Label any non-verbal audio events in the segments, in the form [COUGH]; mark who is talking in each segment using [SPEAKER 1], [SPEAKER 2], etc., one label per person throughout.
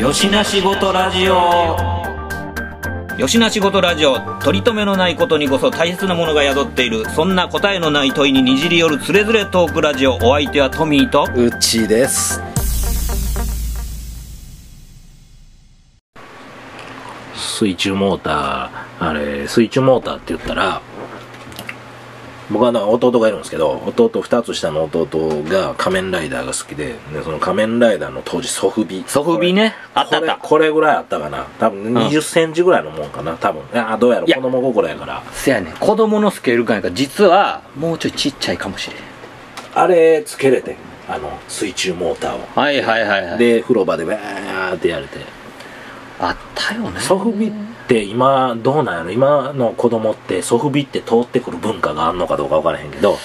[SPEAKER 1] よしなしごとラジオ
[SPEAKER 2] よしなしごとラジオ取り留めのないことにこそ大切なものが宿っているそんな答えのない問いににじり寄るつれづれトークラジオお相手はトミーと
[SPEAKER 3] うちです
[SPEAKER 4] 水中モーター、あれ、水中モーターって言ったら、僕はな弟がいるんですけど、弟、二つ下の弟が仮面ライダーが好きで、でその仮面ライダーの当時、ソフビ。
[SPEAKER 2] ソフビね
[SPEAKER 4] これ
[SPEAKER 2] あったあった
[SPEAKER 4] これこれぐらいあったかな。多分20センチぐらいのもんかな。多分。あ、どうやろ
[SPEAKER 2] いや
[SPEAKER 4] 子供心やから。
[SPEAKER 2] せやねん子供のスケール感やから実はもうちょいちっちゃいかもしれん
[SPEAKER 4] あれ、つけれてん。あの、水中モーターを。
[SPEAKER 2] はいはいはいはい
[SPEAKER 4] で、風呂場でバーってやれて。
[SPEAKER 2] あったよね
[SPEAKER 4] ソフビって今、どうなんやろ今の子供って、ソフビって通ってくる文化があんのかどうかわからへんけど、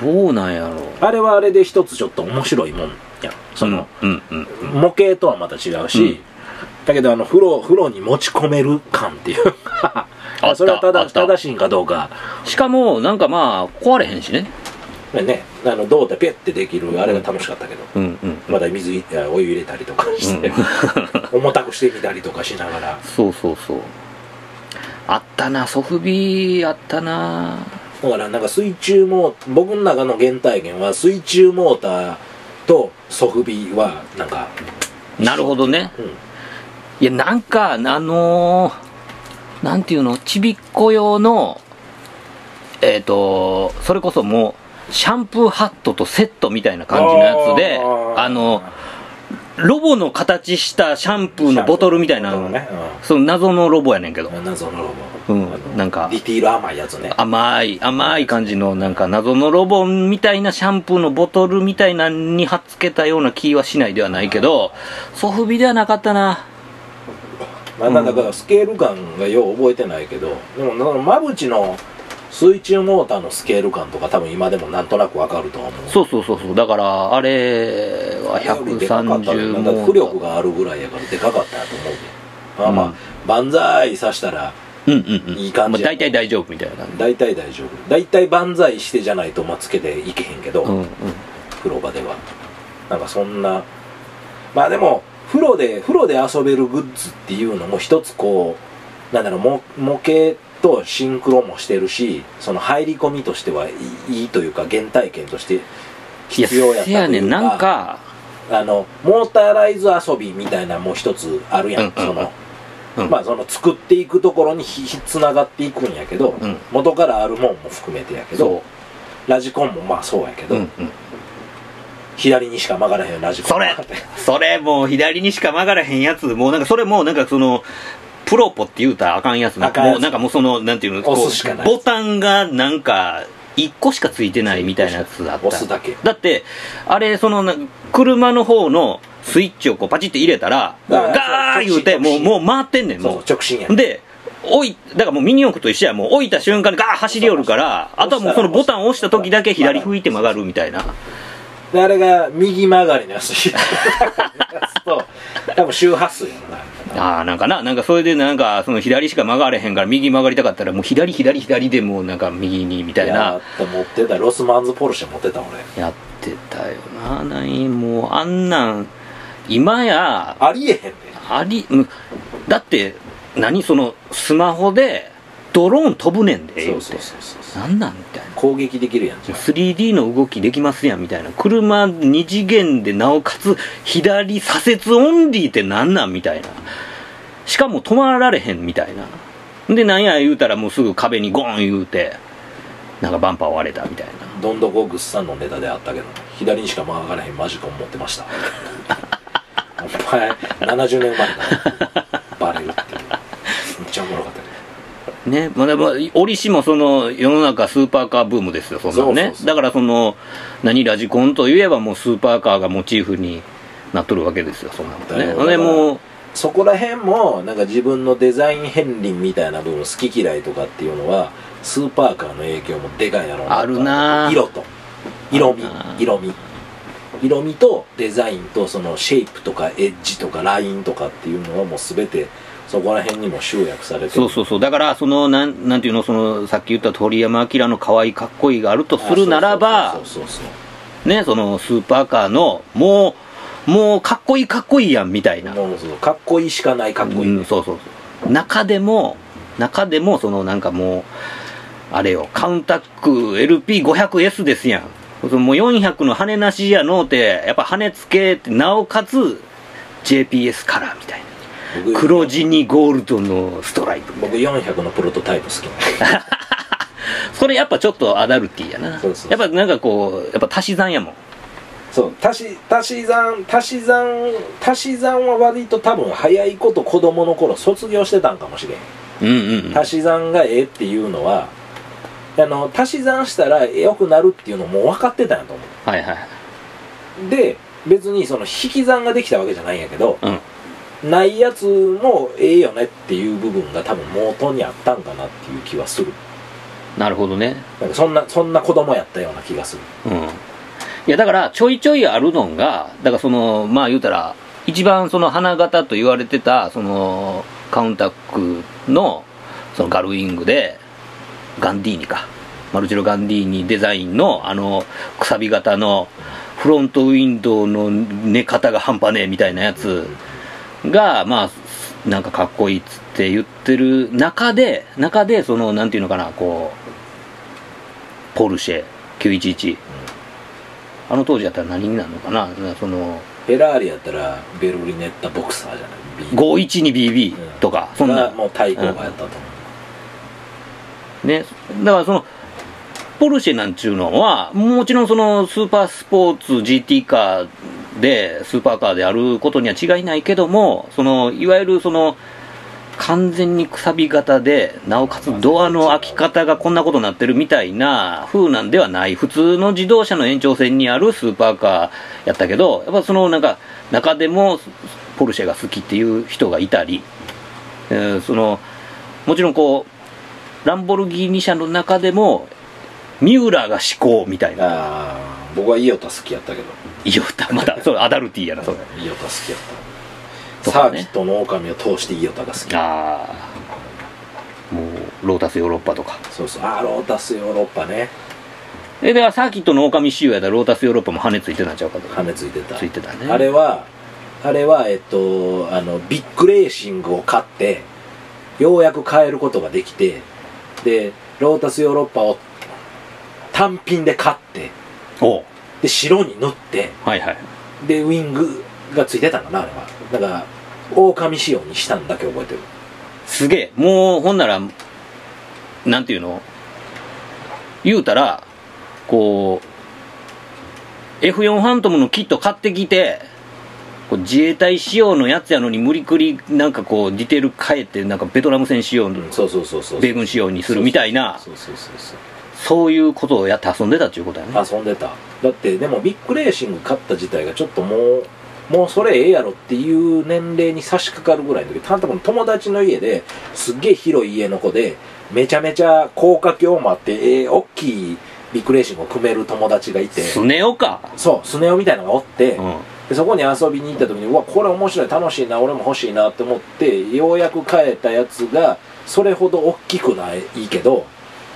[SPEAKER 2] どうなんやろ
[SPEAKER 4] あれはあれで一つちょっと面白いもんやんその、
[SPEAKER 2] うんうん
[SPEAKER 4] 模型とはまた違うし、
[SPEAKER 2] うん
[SPEAKER 4] だけどあの風呂風呂に持ち込める感っていうか
[SPEAKER 2] あった
[SPEAKER 4] [LAUGHS] それはた
[SPEAKER 2] あ
[SPEAKER 4] だ
[SPEAKER 2] った
[SPEAKER 4] 正しいんかどうか
[SPEAKER 2] しかもなんかまあ壊れへんしね
[SPEAKER 4] これねあの胴でペッてできるあれが楽しかったけど、
[SPEAKER 2] うんうん
[SPEAKER 4] まだ水いやお湯入れたりとかして、重たくしてみたりとかしながら
[SPEAKER 2] そうそうそうあったなソフビあったな
[SPEAKER 4] だからなんか水中モー僕の中の原体験は水中モーターとソフビはなんか、
[SPEAKER 2] なるほどね
[SPEAKER 4] うん、
[SPEAKER 2] いやなんかあのー、なんていうのちびっこ用のえっ、とそれこそもうシャンプーハットとセットみたいな感じのやつで
[SPEAKER 4] あー
[SPEAKER 2] あのロボの形したシャンプーのボトルみたいな
[SPEAKER 4] ボトルね
[SPEAKER 2] その謎のロボやねんけど
[SPEAKER 4] うん、謎のロボ、
[SPEAKER 2] うん
[SPEAKER 4] あの
[SPEAKER 2] なんか
[SPEAKER 4] ディティール甘いやつね
[SPEAKER 2] 甘い甘い感じのなんか謎のロボみたいなシャンプーのボトルみたいなのに貼っつけたような気はしないではないけどソフビではなかったな
[SPEAKER 4] まあ、だからスケール感がよう覚えてないけど、でもその間口の水中モーターのスケール感とか多分今でもなんとなくわかると思う
[SPEAKER 2] そうそうそうそうだからあれは130
[SPEAKER 4] なんか
[SPEAKER 2] も
[SPEAKER 4] 浮力があるぐらいやからでかかったと思うけどまあまあ、万歳さしたら
[SPEAKER 2] うんうんうん
[SPEAKER 4] いい感じ
[SPEAKER 2] まあ、大体大丈夫みたいな感じ
[SPEAKER 4] 大体大丈夫大体万歳してじゃないとまあつけていけへんけど、
[SPEAKER 2] うんうん
[SPEAKER 4] 風呂場ではなんかそんなまあでも風呂で風呂で遊べるグッズっていうのも一つこうなんだろう模模型とシンクロもしてるしその入り込みとしてはいいいいというか原体験として
[SPEAKER 2] いや
[SPEAKER 4] 必要やったと
[SPEAKER 2] せ
[SPEAKER 4] いうか
[SPEAKER 2] やねんなんか
[SPEAKER 4] あのモーターライズ遊びみたいなのも一つあるや
[SPEAKER 2] う
[SPEAKER 4] ん,、
[SPEAKER 2] んうんうん
[SPEAKER 4] その
[SPEAKER 2] うん
[SPEAKER 4] まあその作っていくところにひひつながっていくんやけど、
[SPEAKER 2] うん
[SPEAKER 4] 元からあるもんも含めてやけど
[SPEAKER 2] そ
[SPEAKER 4] ラジコンもまあそうやけ
[SPEAKER 2] う、
[SPEAKER 4] ど、
[SPEAKER 2] うんうん、
[SPEAKER 4] 左にしか曲がらへんラジコン
[SPEAKER 2] それそれもう左にしか曲がらへんやつもうなんかそれもうなんかそのプロポって言うたらあかんやつな
[SPEAKER 4] あかんやつ
[SPEAKER 2] もうなんかもうそのなんていうのこう
[SPEAKER 4] 押すしかない
[SPEAKER 2] ボタンがなんか1個しかついてないみたいなやつあった
[SPEAKER 4] 押すだけ
[SPEAKER 2] だってあれそのな車の方のスイッチをこうパチって入れたら
[SPEAKER 4] だから
[SPEAKER 2] ガー
[SPEAKER 4] そ
[SPEAKER 2] 言
[SPEAKER 4] う
[SPEAKER 2] うて
[SPEAKER 4] 直
[SPEAKER 2] もう
[SPEAKER 4] 進
[SPEAKER 2] もう回ってんねん
[SPEAKER 4] そう
[SPEAKER 2] も
[SPEAKER 4] そう直進や
[SPEAKER 2] う
[SPEAKER 4] ね
[SPEAKER 2] で置いだからもうミニ四駆と一緒やもう置いた瞬間にガー走り寄るから
[SPEAKER 4] そう
[SPEAKER 2] あとはもうそのボタンを押した時だけ左吹いて曲がるみたいな
[SPEAKER 4] であれが右曲がりのやつ左曲がりのやつと多分周波数やろな
[SPEAKER 2] ああなんかななんかそれでなんかその左しか曲がれへんから右曲がりたかったらもう左左左でもうなんか右にみたい
[SPEAKER 4] や
[SPEAKER 2] な
[SPEAKER 4] ーって持ってたロスマンズポルシェ持ってた俺
[SPEAKER 2] やってたよなないもうあんなん今や
[SPEAKER 4] ありえへんね
[SPEAKER 2] ありうんだって何そのスマホでドローン飛ぶねんで言
[SPEAKER 4] そう
[SPEAKER 2] て
[SPEAKER 4] そうそうそうそう
[SPEAKER 2] なんなんみたいな
[SPEAKER 4] 攻撃できるやんじゃん
[SPEAKER 2] 3D の動きできますやんみたいな車2次元でなおかつ左左折オンリーってなんなんみたいなしかも止まられへんみたいなでなんや言うたらもうすぐ壁にゴーン言うてなんかバンパー割れたみたいな
[SPEAKER 4] どんどこぐっさんのネタであったけど左にしか曲がらへんマジコン持ってましたお前70年前だなバレるっていうめっちゃおもろかったけど
[SPEAKER 2] ねまあでも折しもその世の中スーパーカーブームですよそんなのね
[SPEAKER 4] そうそうそう
[SPEAKER 2] だからその何ラジコンといえばもうスーパーカーがモチーフになっとるわけですよそんなことね
[SPEAKER 4] だよ
[SPEAKER 2] ほんでもう
[SPEAKER 4] そこら辺もなんか自分のデザイン片鱗みたいな部分好き嫌いとかっていうのはスーパーカーの影響もでかいやろう
[SPEAKER 2] あるなぁ
[SPEAKER 4] 色と色味
[SPEAKER 2] あるなぁ
[SPEAKER 4] 色味色味とデザインとそのシェイプとかエッジとかラインとかっていうのはもう全てそこら辺にも集約されてる
[SPEAKER 2] そうそうそうだからそのなんなんていうのそのさっき言った鳥山明の可愛いかっこいいがあるとするならば
[SPEAKER 4] そうそうそうそう
[SPEAKER 2] ねそのスーパーカーのもうもうかっこいいかっこいいやんみたいな
[SPEAKER 4] もうそうかっこいいしかないかっこいい、
[SPEAKER 2] うん、そうそうそう中でも中でもそのなんかもうあれよカウンタック LP500S ですやんそのもう400の羽なしやのうてやっぱ羽つけてなおかつ JPS カラーみたいな
[SPEAKER 4] 僕
[SPEAKER 2] 黒地にゴールドのストライプ
[SPEAKER 4] 僕400のプロトタイプ好きなんで
[SPEAKER 2] それやっぱちょっとアダルティやな
[SPEAKER 4] そうそう
[SPEAKER 2] やっぱなんかこうやっぱ足し算やもん
[SPEAKER 4] そう足し足し算足し算足し算は割と多分早いこと子供の頃卒業してたんかもしれん
[SPEAKER 2] うんうんうん
[SPEAKER 4] 足し算がええっていうのはあの足し算したら良くなるっていうのも分かってたんやと思
[SPEAKER 2] はいはいう
[SPEAKER 4] で別にその引き算ができたわけじゃないんやけど
[SPEAKER 2] うん
[SPEAKER 4] ないやつもええよねっていう部分が多分元にあったんかなっていう気はする
[SPEAKER 2] なるほどね
[SPEAKER 4] なんかそんなそんな子供やったような気がする
[SPEAKER 2] うんいやだからちょいちょいあるのがだからそのまあ言うたら一番その花形と言われてたそのカウンタックのそのガルウィングでガンディーニかマルチロ・ガンディーニデザインのあのくさび型のフロントウィンドウの寝方が半端ねえみたいなやつがまあなんかかっこいいっつって言ってる中で中でそのなんていうのかなこうポルシェ911あの当時やったら何になるのかなその
[SPEAKER 4] フェラーリやったらベルリネッタボクサーじゃない
[SPEAKER 2] 512BB とか、そんな
[SPEAKER 4] がもう対抗馬やったと思
[SPEAKER 2] ねだからそのポルシェなんちゅうのはもちろんそのスーパースポーツ GT カーでスーパーカーであることには違いないけどもそのいわゆるその完全にくさび型でなおかつドアの開き方がこんなことになってるみたいな風なんではない普通の自動車の延長線にあるスーパーカーやったけどやっぱそのなんか中でもポルシェが好きっていう人がいたり、えーそのもちろんこうランボルギーニ社の中でもミューラーが至高みたいうな
[SPEAKER 4] ああ僕はイオタ好きやったけど
[SPEAKER 2] いいよま
[SPEAKER 4] [LAUGHS]
[SPEAKER 2] たそれアダルティーやなそれ
[SPEAKER 4] イオタ好きやっ
[SPEAKER 2] と
[SPEAKER 4] た、
[SPEAKER 2] か
[SPEAKER 4] サ
[SPEAKER 2] ね
[SPEAKER 4] ーキットの狼を通してイオタが好き
[SPEAKER 2] ああもうロータスヨーロッパとか
[SPEAKER 4] そうそうあーロータスヨーロッパね
[SPEAKER 2] えではサーキットの狼仕様やったらロータスヨーロッパも羽ついてたんちゃうかと
[SPEAKER 4] 羽ついてた
[SPEAKER 2] ついてたね
[SPEAKER 4] あれはあれはえっとあのビッグレーシングを買ってようやく買えることができてでロータスヨーロッパを単品で買って
[SPEAKER 2] おう
[SPEAKER 4] で白に塗って
[SPEAKER 2] はいはい
[SPEAKER 4] でウィングがついてたんかなあれはだから狼仕様にしたんだけ覚えてる
[SPEAKER 2] すげえもうほんならなんていうの言うたらこう F4 ファントムのキット買ってきてこう自衛隊仕様のやつやのに無理くりなんかこうディテール変えてなんかベトナム戦仕様の
[SPEAKER 4] うんそうそうそうそう
[SPEAKER 2] 米軍仕様にするみたいな
[SPEAKER 4] そうそうそうそう
[SPEAKER 2] そういうことをやって遊んでたっていうことやね
[SPEAKER 4] 遊んでただってでもビッグレーシング買った自体がちょっともうもうそれええやろっていう年齢に差し掛かるぐらいの時たまたま友達の家ですっげえ広い家の子でめちゃめちゃ高架橋もあってええ大きいビッグレーシングを組める友達がいて
[SPEAKER 2] スネ夫か
[SPEAKER 4] そうスネ夫みたいなのがおって、
[SPEAKER 2] うん
[SPEAKER 4] でそこに遊びに行った時にうわこれ面白い楽しいな俺も欲しいなって思ってようやく買えたやつがそれほど大きくないけど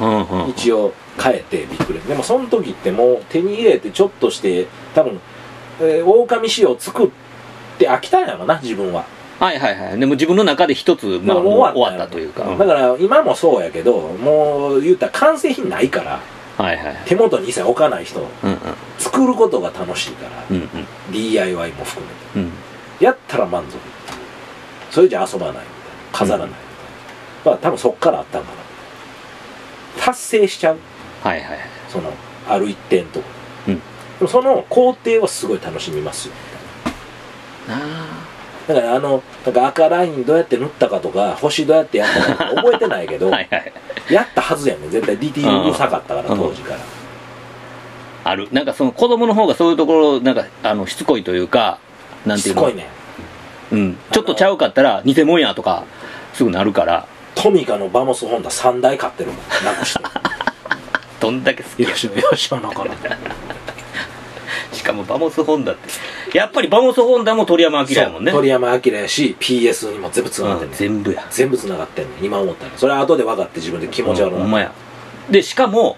[SPEAKER 2] うんうん
[SPEAKER 4] 一応変えてびっくりでもその時ってもう手に入れてちょっとして多分、えー、狼仕様作って飽きたんやろな自分は、
[SPEAKER 2] はいはいはいでも自分の中で一つまあもう終わったというか、うん
[SPEAKER 4] だ
[SPEAKER 2] はい
[SPEAKER 4] から今もそうやけどもう言ったら完成品ないから
[SPEAKER 2] はい
[SPEAKER 4] 手元に一切置かない人
[SPEAKER 2] うんうん
[SPEAKER 4] 作ることが楽しいから、
[SPEAKER 2] うん
[SPEAKER 4] DIY も含め
[SPEAKER 2] うんうん
[SPEAKER 4] てやったら満足それじゃ遊ばないみたいな飾らないみたいな、まあ多分そっからあったんかな達成しちゃう
[SPEAKER 2] はいはいはい
[SPEAKER 4] そのある一点とこ
[SPEAKER 2] うん
[SPEAKER 4] でもその工程はすごい楽しみますよ
[SPEAKER 2] なあ
[SPEAKER 4] だからあのなんか赤ラインどうやって塗ったかとか星どうやってやったかとか覚えてないけど、
[SPEAKER 2] はいはい
[SPEAKER 4] やったはずやねん絶対ディティールうるさかったから
[SPEAKER 2] うん
[SPEAKER 4] 当時から、
[SPEAKER 2] あるなんかその子供の方がそういうところなんかあのしつこいというかなんてい
[SPEAKER 4] す
[SPEAKER 2] うの
[SPEAKER 4] ごいね
[SPEAKER 2] うん、ちょっとちゃうかったら偽物やとかすぐなるから
[SPEAKER 4] トミカのバモスホンダ3台買ってるもんなくして
[SPEAKER 2] どんだけ好き
[SPEAKER 4] 吉野吉野のから
[SPEAKER 2] しかもバモスホンダってやっぱりバモスホンダも鳥山明やもんね
[SPEAKER 4] 鳥山明やし PS にも全部つながって
[SPEAKER 2] うんん全
[SPEAKER 4] ねん、
[SPEAKER 2] 部や
[SPEAKER 4] 全部つながってんねん今思ったらそれは後で分かって自分で気持ち悪
[SPEAKER 2] うん
[SPEAKER 4] い
[SPEAKER 2] ほんまやでしかも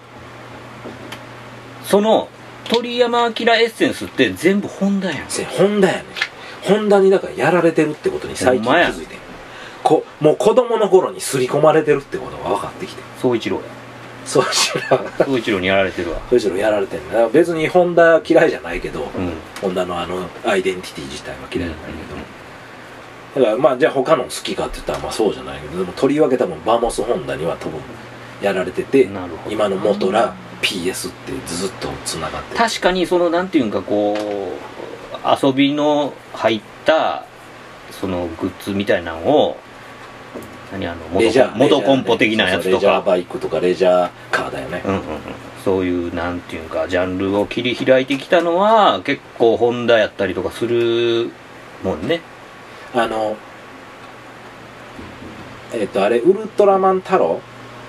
[SPEAKER 2] その鳥山明エッセンスって全部本田やん
[SPEAKER 4] せホンダやねホンダにだからやられてるってことに最
[SPEAKER 2] ほん
[SPEAKER 4] 近気
[SPEAKER 2] まや
[SPEAKER 4] づいてんこもう子供の頃に刷り込まれてるってことが分かってきて
[SPEAKER 2] 総一郎や
[SPEAKER 4] [LAUGHS] そうしら
[SPEAKER 2] 総一郎にやられてるわ
[SPEAKER 4] むしろやられてんねだから別にホンダ嫌いじゃないけど、
[SPEAKER 2] うん
[SPEAKER 4] ホンダのあのアイデンティティ自体は嫌いじゃないけど、だからまあじゃあ他の好きかって言ったらまあそうじゃないけどでもとりわけ多分バモスホンダには多分やられてて
[SPEAKER 2] なるほど
[SPEAKER 4] 今のモトラ PS ってずっとつながってる
[SPEAKER 2] 確かにそのなんていうんかこう遊びの入ったそのグッズみたいなのを何あの元
[SPEAKER 4] レジャー
[SPEAKER 2] 元コンポ的なや
[SPEAKER 4] そ
[SPEAKER 2] つ
[SPEAKER 4] うそ
[SPEAKER 2] と
[SPEAKER 4] うレジャ
[SPEAKER 2] か
[SPEAKER 4] ーバイクとかレジャーカーだよね、
[SPEAKER 2] うんうんうんそういうなんていうんかジャンルを切り開いてきたのは結構ホンダやったりとかするもんね
[SPEAKER 4] あのえっ、とあれウルトラマン太郎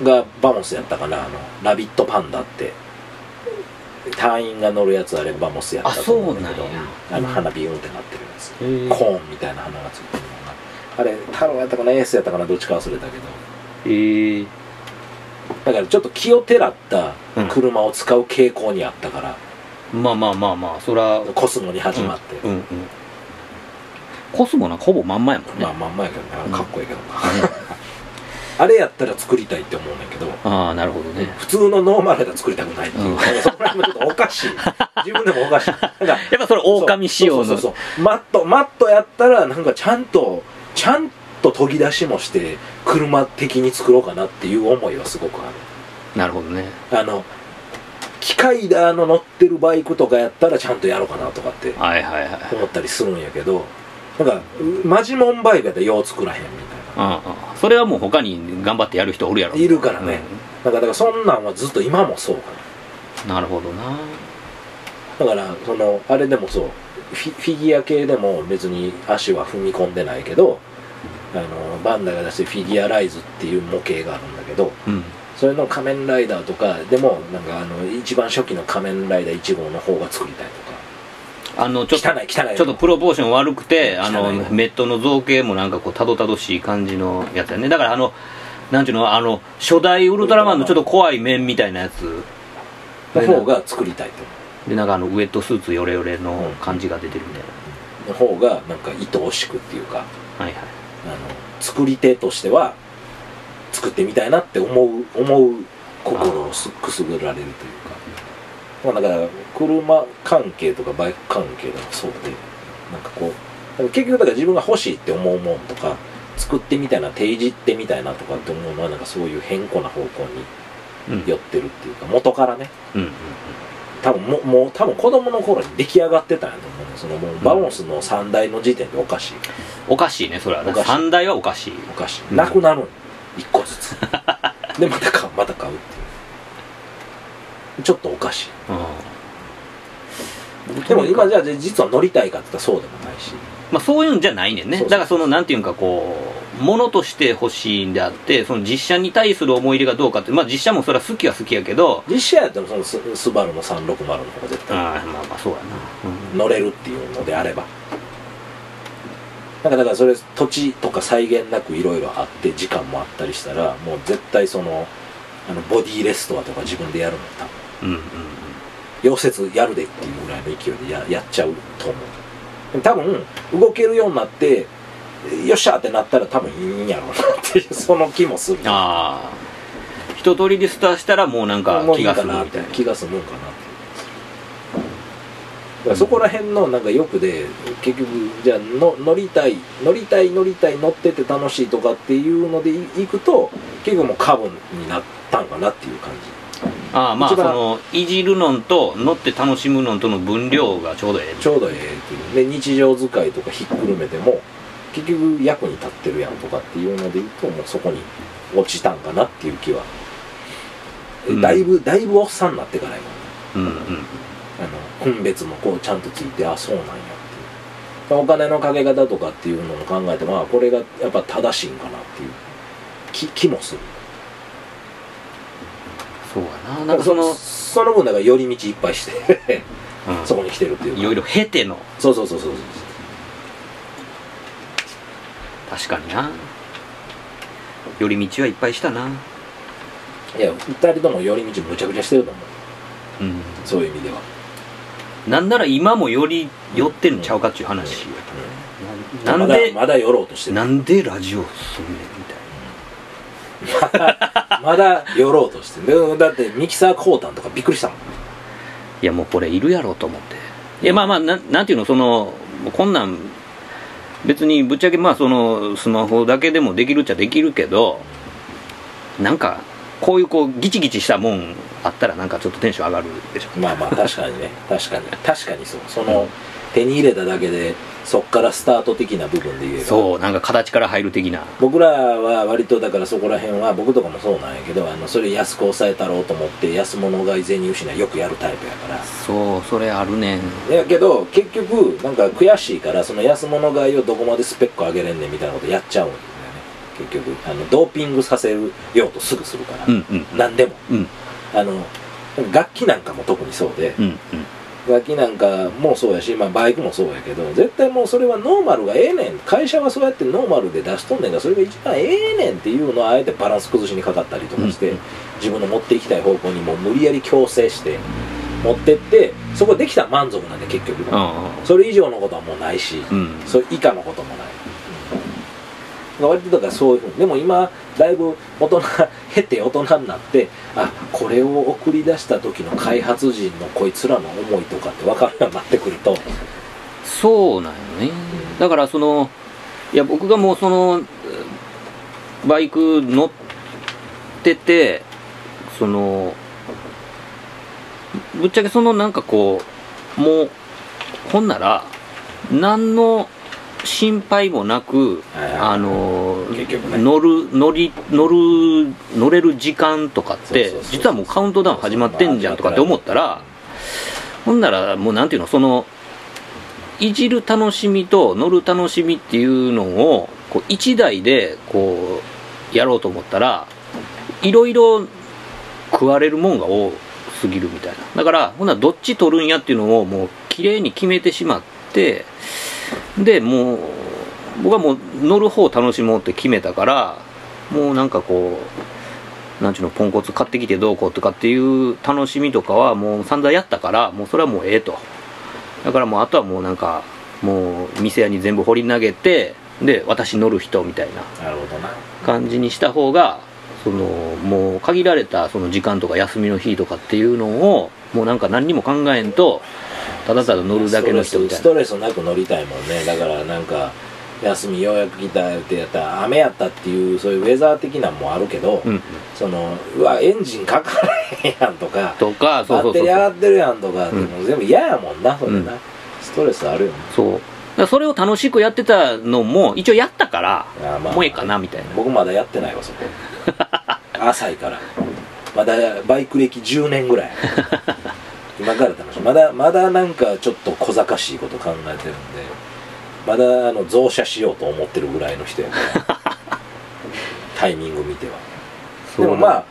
[SPEAKER 4] がバモスやったかなあのラビットパンダって隊員が乗るやつあれバモスやったと思うんだけど
[SPEAKER 2] あそうなんや
[SPEAKER 4] あの花火運ってなってるやつ、
[SPEAKER 2] へえ
[SPEAKER 4] コーンみたいな花がついてるのがあれ太郎やったかなエースやったかなどっちか忘れたけど
[SPEAKER 2] えー、
[SPEAKER 4] だからちょっと気をてらった車を使う傾向にあったから、
[SPEAKER 2] まあまあまあまあそら
[SPEAKER 4] コスモに始まって、
[SPEAKER 2] うんうんコスモなんかほぼまんまやもんね、
[SPEAKER 4] まあまんまやけどな、かっこいいけどな [LAUGHS] あれやったら作りたいって思うねんだけど
[SPEAKER 2] ああなるほどね
[SPEAKER 4] 普通のノーマルやったら作りたくないっていう、
[SPEAKER 2] うん
[SPEAKER 4] そこら辺もちょっとおか
[SPEAKER 2] [LAUGHS]
[SPEAKER 4] しい自分でもおかしいなんか
[SPEAKER 2] やっぱそれ狼仕様の
[SPEAKER 4] そうそうそうそうマットマットやったらなんかちゃんとちゃんと研ぎ出しもして車的に作ろうかなっていう思いはすごくあ
[SPEAKER 2] なるほどね
[SPEAKER 4] るあの機械だの乗ってるバイクとかやったらちゃんとやろうかなとかって
[SPEAKER 2] はいはいはい
[SPEAKER 4] 思ったりするんやけどなんかマジモンバイクやったらよう作らへんみたいな
[SPEAKER 2] うんうんそれはもう他に頑張ってやる人おるやろ
[SPEAKER 4] いるからね、なんかだからそんなんはずっと今もそうか
[SPEAKER 2] うんなるほどな
[SPEAKER 4] なだからそのあれでもそうフィフィギュア系でも別に足は踏み込んでないけどあのバンダイが出してるフィギュアライズっていう模型があるんだけど
[SPEAKER 2] うん
[SPEAKER 4] それの仮面ライダーとかでもなんかあの一番初期の仮面ライダー1号の方が作りたい
[SPEAKER 2] あのちょ
[SPEAKER 4] と
[SPEAKER 2] っと
[SPEAKER 4] か汚い汚い
[SPEAKER 2] ちょっとプロポーション悪くてあの
[SPEAKER 4] 汚いな
[SPEAKER 2] メットの造形もなんかこうたどたどしい感じのやつやねだからあのなんていうのあの初代ウルトラマンのちょっと怖い面みたいなやつ
[SPEAKER 4] の方が作りたいと
[SPEAKER 2] でなんかあのウエットスーツヨレヨレの感じが出てるみたい
[SPEAKER 4] の方がなんか愛おしくっていうか
[SPEAKER 2] なはいはい
[SPEAKER 4] あの作り手としては作ってみたいなって思う思う心をすくすぐられるというか、まあ、だから車関係とかバイク関係でもそうでなんかこうだから結局だから自分が欲しいって思うもんとか作ってみたいな提示ってみたいなとかって思うのはなんかそういう変更な方向
[SPEAKER 2] うん
[SPEAKER 4] に寄ってるっていうか元からね
[SPEAKER 2] うんうん
[SPEAKER 4] 多分ももう多分子供の頃に出来上がってたんやと思うねそのもうバモスの三大の時点でおかしい
[SPEAKER 2] おかしいねそれはね
[SPEAKER 4] おかしい
[SPEAKER 2] 三代はおかしい
[SPEAKER 4] お菓子
[SPEAKER 2] うん
[SPEAKER 4] なくなるの1個ずつ [LAUGHS] でまた買うまた買うっていうちょっとおかし
[SPEAKER 2] うん
[SPEAKER 4] いでも今じゃあ実は乗りたいかって言ったらそうでもないし
[SPEAKER 2] まあ、そういうんじゃないねんね
[SPEAKER 4] そうそう
[SPEAKER 2] だからそのなんていうんかこうものとして欲しいんであってその実写に対する思い入れがどうかってまあ実写もそれは好きは好きやけど
[SPEAKER 4] 実車やったらそのススバルの360の方が絶
[SPEAKER 2] あー
[SPEAKER 4] 対
[SPEAKER 2] まあまあそうやな、
[SPEAKER 4] 乗れるっていうのであればなんかだからそれ土地とか再現なくいろいろあって時間もあったりしたらもう絶対そのあのボディレストアとか自分でやるの多
[SPEAKER 2] うん、
[SPEAKER 4] 分
[SPEAKER 2] うんうん
[SPEAKER 4] 溶接やるでっていうぐらいの勢いでややっちゃうと思うでも多分動けるようになってよっしゃーってなったら多分いいんやろうなっていう [LAUGHS] その気もする
[SPEAKER 2] ああ一通りリスターしたらもうなんか
[SPEAKER 4] もうい
[SPEAKER 2] 気
[SPEAKER 4] い
[SPEAKER 2] がす
[SPEAKER 4] か
[SPEAKER 2] るみ
[SPEAKER 4] なみ
[SPEAKER 2] た
[SPEAKER 4] た
[SPEAKER 2] い
[SPEAKER 4] い
[SPEAKER 2] な
[SPEAKER 4] な気がするもんかなってだからそこら辺のなんか欲で結局じゃあの乗りたい乗りたい乗りたい乗ってて楽しいとかっていうのでいいくと結局もう過分になったんかなっていう感
[SPEAKER 2] ああまあそ
[SPEAKER 4] 一番
[SPEAKER 2] のいじるのんと乗って楽しむのんとの分量がちょうどええ
[SPEAKER 4] じちょうどええっていうで日常使いとかひっくるめても結局役に立ってるやんとかっていうのでいうともうそこに落ちたんかなっていう気は、え
[SPEAKER 2] うん
[SPEAKER 4] だいぶだいぶおっさんになってからやもんね
[SPEAKER 2] うんうん
[SPEAKER 4] あの分別もこうちゃんとついてあそうなんやっていうお金のかけ方とかっていうのも考えてまあこれがやっぱ正しいんかなっていう気気もする
[SPEAKER 2] そうやななんかその
[SPEAKER 4] そその分だから寄り道いっぱいして [LAUGHS]
[SPEAKER 2] うん
[SPEAKER 4] そこに来てるっていうか
[SPEAKER 2] いろいろ経ての
[SPEAKER 4] そうそうそうそう
[SPEAKER 2] 確かにな寄り道はいっぱいしたな
[SPEAKER 4] そういや二人とも寄り道むちゃくちゃしてると思う
[SPEAKER 2] うん
[SPEAKER 4] そういう意味では
[SPEAKER 2] なんなら今もより寄ってんちゃうかっちゅう話ななん
[SPEAKER 4] まだ
[SPEAKER 2] で
[SPEAKER 4] まだ寄ろうとしてる
[SPEAKER 2] なんでラジオすんねんみたい
[SPEAKER 4] [LAUGHS] まだ寄ろうとしてるでだってミキサー交換とかびっくりしたもん
[SPEAKER 2] ないやもうこれいるやろと思っていやまあまあなんなんていうのそのこんなん別にぶっちゃけまあそのスマホだけでもできるっちゃできるけどなんかこういうこうギチギチしたもんあったらなんかちょっとテンション上がるでしょ
[SPEAKER 4] まあまあ確かにね [LAUGHS] 確かに確かにそうその手に入れただけでそっからスタート的な部分で言えば
[SPEAKER 2] そうなんか形から入る的な
[SPEAKER 4] 僕らは割とだからそこら辺は僕とかもそうなんやけどあのそれ安く抑えたろうと思って安物買い銭失いよくやるタイプやから
[SPEAKER 2] そうそれあるねん
[SPEAKER 4] やけど結局なんか悔しいからその安物買いをどこまでスペック上げれんねんみたいなことやっちゃうんだよね結局あのドーピングさせるようとすぐするから、
[SPEAKER 2] うんうん
[SPEAKER 4] 何でも
[SPEAKER 2] うん
[SPEAKER 4] あの楽器なんかも特にそうで、
[SPEAKER 2] うんうん
[SPEAKER 4] 楽器なんかもそうやし、まあ、バイクもそうやけど絶対もうそれはノーマルがええねん会社はそうやってノーマルで出しとんねんがそれが一番ええねんっていうのをあえてバランス崩しにかかったりとかし
[SPEAKER 2] う
[SPEAKER 4] て、
[SPEAKER 2] んうん
[SPEAKER 4] 自分の持っていきたい方向にもう無理やり強制して持ってってそこできたら満足なんで結局、
[SPEAKER 2] あ
[SPEAKER 4] それ以上のことはもうないし、
[SPEAKER 2] あうん
[SPEAKER 4] それ以下のこともない、割とだからそういうふうにでも今だいぶ大人経て大人になってあこれを送り出した時の開発陣のこいつらの思いとかって分かるようになってくると
[SPEAKER 2] そうなんよねだからそのいや僕がもうそのえーバイク乗っててそのぶっちゃけそのなんかこうもうほんなら何の心配もなく
[SPEAKER 4] はいはい
[SPEAKER 2] あのー
[SPEAKER 4] 結局ね
[SPEAKER 2] 乗る乗り乗る乗れる時間とかって
[SPEAKER 4] そうそうそう
[SPEAKER 2] 実はもうカウントダウン始まってんじゃんとかって思ったらほんならもうなんていうのそのいじる楽しみと乗る楽しみっていうのをこう一台でこうやろうと思ったらいろいろ食われるもんが多すぎるみたいなだからほんならどっち取るんやっていうのをもう綺麗に決めてしまってでもう僕はもう乗る方を楽しもうって決めたからもうなんかこうなんちゅうのポンコツ買ってきてどうこうとかっていう楽しみとかはもう散々やったからもうそれはもうええとだからもうあとはもうなんかもう店屋に全部掘り投げてで私乗る人みたいな
[SPEAKER 4] なるほどな
[SPEAKER 2] 感じにした方がそのもう限られたその時間とか休みの日とかっていうのをもうなんか何にも考えんとただただ乗るだけの人みたい
[SPEAKER 4] ス
[SPEAKER 2] な
[SPEAKER 4] トレスストレスなく乗りたいもんねだからなんか休みようやく来たってやったら雨やったっていうそういうウェザー的なんもあるけど、
[SPEAKER 2] うん
[SPEAKER 4] そのうわエンジンかからへんやんとか
[SPEAKER 2] とかそう
[SPEAKER 4] バ
[SPEAKER 2] そうそ
[SPEAKER 4] ッテ
[SPEAKER 2] うそ
[SPEAKER 4] リー上
[SPEAKER 2] う
[SPEAKER 4] がってるやんとか、
[SPEAKER 2] うん
[SPEAKER 4] でも全部嫌やもんなそれな、
[SPEAKER 2] う
[SPEAKER 4] ストレスあるよね
[SPEAKER 2] そうだからそれを楽しくやってたのも一応やったから
[SPEAKER 4] あーまあまあ
[SPEAKER 2] もうええかなみたいな
[SPEAKER 4] 僕まだやってないわそこ [LAUGHS] 浅いからまだバイク歴10
[SPEAKER 2] [LAUGHS]
[SPEAKER 4] 年ぐらい今から楽しいまだまだなんかちょっと小賢しいこと考えてるんでまだあの増車しようと思ってるぐらいの人やから
[SPEAKER 2] [LAUGHS]
[SPEAKER 4] タイミング見ては
[SPEAKER 2] そ
[SPEAKER 4] で
[SPEAKER 2] う
[SPEAKER 4] もまあ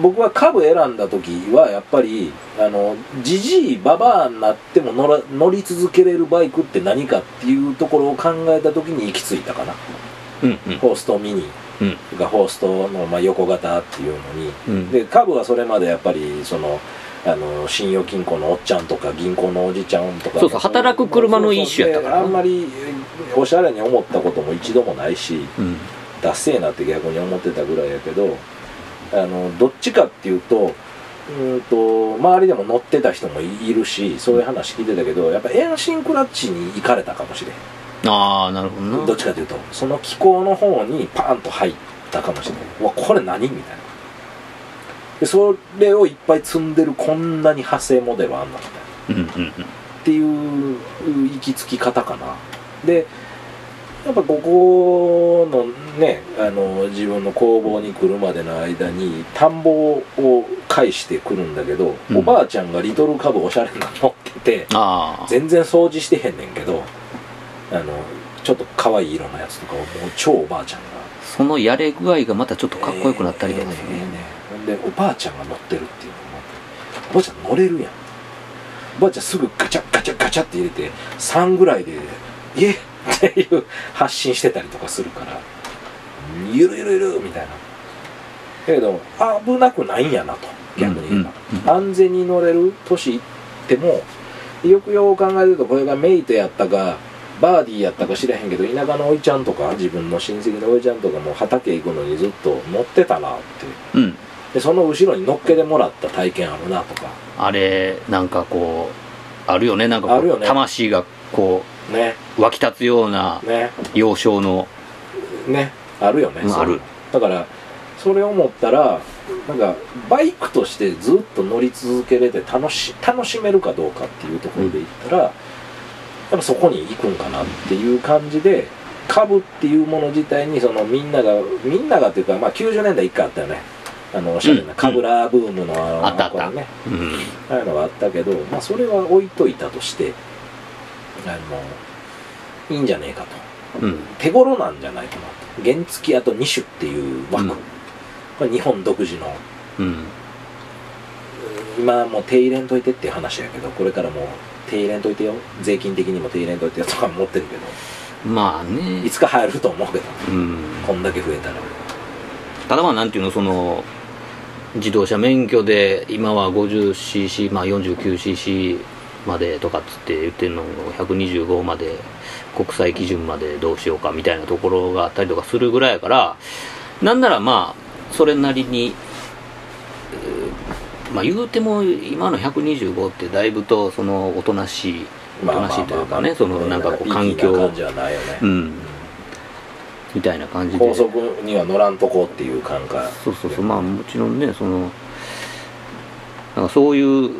[SPEAKER 4] 僕は株選んだ時はやっぱりあのじじいババアになっても乗ら乗り続けれるバイクって何かっていうところを考えた時に行き着いたかな
[SPEAKER 2] うんうん
[SPEAKER 4] ホーストミニ
[SPEAKER 2] うん
[SPEAKER 4] がホーストのまあ横型っていうのに
[SPEAKER 2] うん
[SPEAKER 4] で株はそれまでやっぱりそのあの信用金庫のおっちゃんとか銀行のおじちゃんとか
[SPEAKER 2] そうそう働く車の一種やったからな
[SPEAKER 4] そうそうであんまりえおしゃれに思ったことも一度もないし
[SPEAKER 2] うん
[SPEAKER 4] ダッセーなって逆に思ってたぐらいやけどあのどっちかっていうとうーんと周りでも乗ってた人もいいるしそういう話聞いてたけどやっぱ遠心クラッチに行かれたかもしれん
[SPEAKER 2] ああなるほど
[SPEAKER 4] ど
[SPEAKER 2] な
[SPEAKER 4] っちかというとその気候の方にパーンと入ったかもしれないうわこれ何みたいなでそれをいっぱい積んでるこんなに派生モデルあんなみたいな
[SPEAKER 2] うんうんうん
[SPEAKER 4] っていう行き着き方かなでやっぱここのねあの自分の工房に来るまでの間に田んぼを介してくるんだけど、
[SPEAKER 2] うん
[SPEAKER 4] おばあちゃんがリトルカブおしゃれなの乗ってて
[SPEAKER 2] ああ
[SPEAKER 4] 全然掃除してへんねんけどあのちょっと可愛い色のやつとかをもう超おばあちゃんが
[SPEAKER 2] そのやれ具合がまたちょっとかっこよくなったりとか
[SPEAKER 4] ね
[SPEAKER 2] ね、
[SPEAKER 4] ええねんええねんほんでおばあちゃんが乗ってるっていうのもおばあちゃん乗れるやんおばあちゃんすぐガチャガチャガチャって入れて3ぐらいで「イエッ!」っていう発信してたりとかするから「ゆるゆるゆる」みたいなだけど危なくないんやなと逆に言えば、
[SPEAKER 2] うんうん
[SPEAKER 4] 安全に乗れる年行ってもよくよく考えるとこれがメイトやったかバーディーやったか知らへんけど田舎のおいちゃんとか自分の親戚のおいちゃんとかも畑行くのにずっと乗ってたなって
[SPEAKER 2] うん
[SPEAKER 4] でその後ろに乗っけてもらった体験あるなとか
[SPEAKER 2] あれなんかこうあるよねなんかこう
[SPEAKER 4] あるよね
[SPEAKER 2] 魂がこ
[SPEAKER 4] ね
[SPEAKER 2] う湧き立つような
[SPEAKER 4] ね
[SPEAKER 2] 幼少の
[SPEAKER 4] ねあるよね、
[SPEAKER 2] うん
[SPEAKER 4] そう
[SPEAKER 2] ある
[SPEAKER 4] だからそれを思ったらなんかバイクとしてずっと乗り続けれて楽し楽しめるかどうかっていうところで言ったら、やっぱそこに行くんかなっていう感じで株っていうもの自体にそのみんながみんながっていうか、まあ、90年代一回あったよねあのおしゃれなカブラーブームのあの、
[SPEAKER 2] あったあった
[SPEAKER 4] これね
[SPEAKER 2] うん
[SPEAKER 4] ああいうのがあったけど、まあ、それは置いといたとしてあのいいんじゃねえかと
[SPEAKER 2] うん
[SPEAKER 4] 手頃なんじゃないかなと原付きあと2種っていう枠、
[SPEAKER 2] うん
[SPEAKER 4] これ日本独自の
[SPEAKER 2] うん
[SPEAKER 4] 今もう手入れんといてっていう話やけどこれからもう手入れんといてよ税金的にも手入れんといてよとか持ってるけど
[SPEAKER 2] まあ
[SPEAKER 4] い
[SPEAKER 2] ね
[SPEAKER 4] つか入ると思うけど
[SPEAKER 2] うん
[SPEAKER 4] こんだけ増えたら
[SPEAKER 2] ただまあなんていうのその自動車免許で今は 50cc まあ 49cc までとかっつって言ってるのを125まで国際基準までどうしようかみたいなところがあったりとかするぐらいやからなんならまあそれなりに、えーまあ言うても今の125ってだいぶとそのおとなしいおとなしいというかねそのなんかこう環
[SPEAKER 4] ビーキな
[SPEAKER 2] 境
[SPEAKER 4] 感じはないよね、
[SPEAKER 2] うんみたいな感じで
[SPEAKER 4] 高速には乗らんとこっていう感覚
[SPEAKER 2] そうそうそうまあもちろんねそのなんかそういう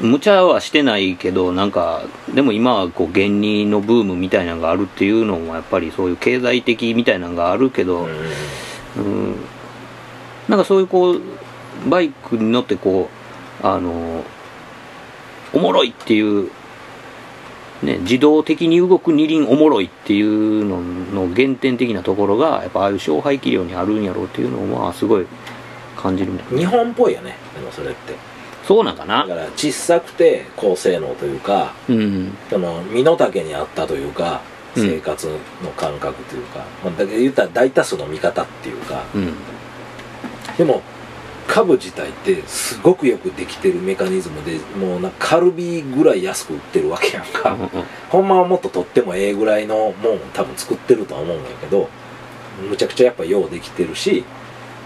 [SPEAKER 2] 無茶はしてないけどなんかでも今はこう芸人のブームみたいなのがあるっていうのもやっぱりそういう経済的みたいなのがあるけど、
[SPEAKER 4] うん
[SPEAKER 2] うんなんかそういうこうバイクに乗ってこうあのおもろいっていう、ね、自動的に動く二輪おもろいっていうのの原点的なところがやっぱああいう勝敗器量にあるんやろうっていうのをまあすごい感じるね
[SPEAKER 4] 日本っぽいよねでもそれって
[SPEAKER 2] そうなんか
[SPEAKER 4] だ
[SPEAKER 2] な
[SPEAKER 4] から小さくて高性能というか
[SPEAKER 2] うん
[SPEAKER 4] その身の丈にあったというか
[SPEAKER 2] うん
[SPEAKER 4] 生活の感覚というか、まあ、だけど言ったら大多数の見方っていうか
[SPEAKER 2] うん
[SPEAKER 4] でも株自体ってすごくよくできてるメカニズムでもうなんかカルビぐらい安く売ってるわけやんか、ほんまはもっと取ってもええぐらいのもんを多分作ってるとは思うんやけどむちゃくちゃやっぱようできてるし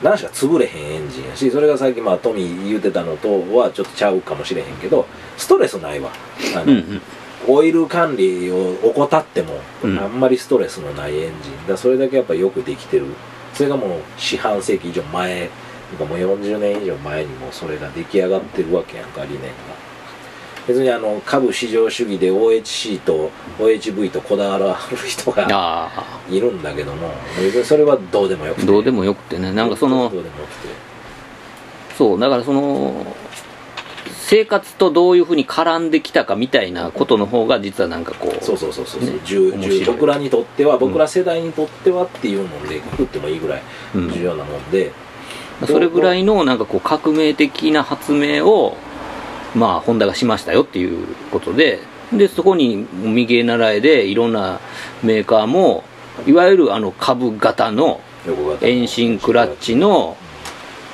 [SPEAKER 4] 何しか潰れへんエンジンやしそれがさっきまあトミー言うてたのとはちょっとちゃうかもしれへんけどストレスないわあの、
[SPEAKER 2] うんうん
[SPEAKER 4] オイル管理を怠っても、
[SPEAKER 2] うん
[SPEAKER 4] あんまりストレスのないエンジンだからそれだけやっぱよくできてるそれがもう四半世紀以上前なんかもう40年以上前にもうそれが出来上がってるわけやんか理念が別にあの株市場主義で OHC と OHV とこだわる人が
[SPEAKER 2] ああ
[SPEAKER 4] いるんだけども別にそれはどうでもよくて
[SPEAKER 2] どうで
[SPEAKER 4] も
[SPEAKER 2] もよくてねなんかその
[SPEAKER 4] どうでもよくて
[SPEAKER 2] そうだからその生活とどういうふうに絡んできたかみたいなことの方が実はなんかこう
[SPEAKER 4] そうそうそうそう、
[SPEAKER 2] ね
[SPEAKER 4] 重
[SPEAKER 2] 面白い
[SPEAKER 4] 重僕らにとっては
[SPEAKER 2] ん
[SPEAKER 4] 僕ら世代にとってはっていうのでくくってもいいぐらい
[SPEAKER 2] うん
[SPEAKER 4] 重要なもんで、
[SPEAKER 2] それぐらいのなんかこう革命的な発明をまあホンダがしましたよっていうことででそこに右へ習えでいろんなメーカーもいわゆるあの株型の
[SPEAKER 4] 横型の
[SPEAKER 2] 遠心クラッチの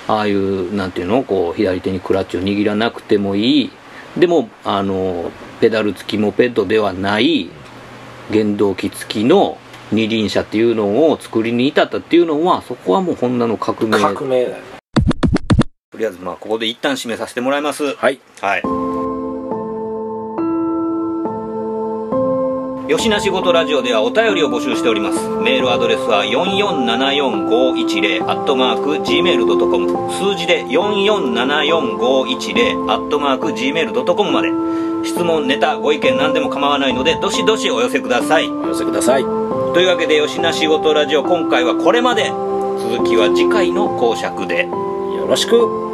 [SPEAKER 2] ああいうなんていうのこう左手にクラッチを握らなくてもいいでもあのペダル付きモペットではない原動機付きの二輪車っていうのを作りに至ったっていうのはそこはもうホンダの革命
[SPEAKER 4] 革命だよね
[SPEAKER 2] とりあえずまあここで一旦締めさせてもらいます
[SPEAKER 4] はい
[SPEAKER 2] はい吉な仕事ラジオではお便りを募集しておりますメールアドレスは4474510アットマーク gmail.com 数字で4474510アットマーク gmail.com まで質問ネタご意見何でも構わないのでどしどしお寄せください
[SPEAKER 4] お寄せください
[SPEAKER 2] というわけで吉な仕事ラジオ今回はこれまで続きは次回の講釈で
[SPEAKER 4] よろしく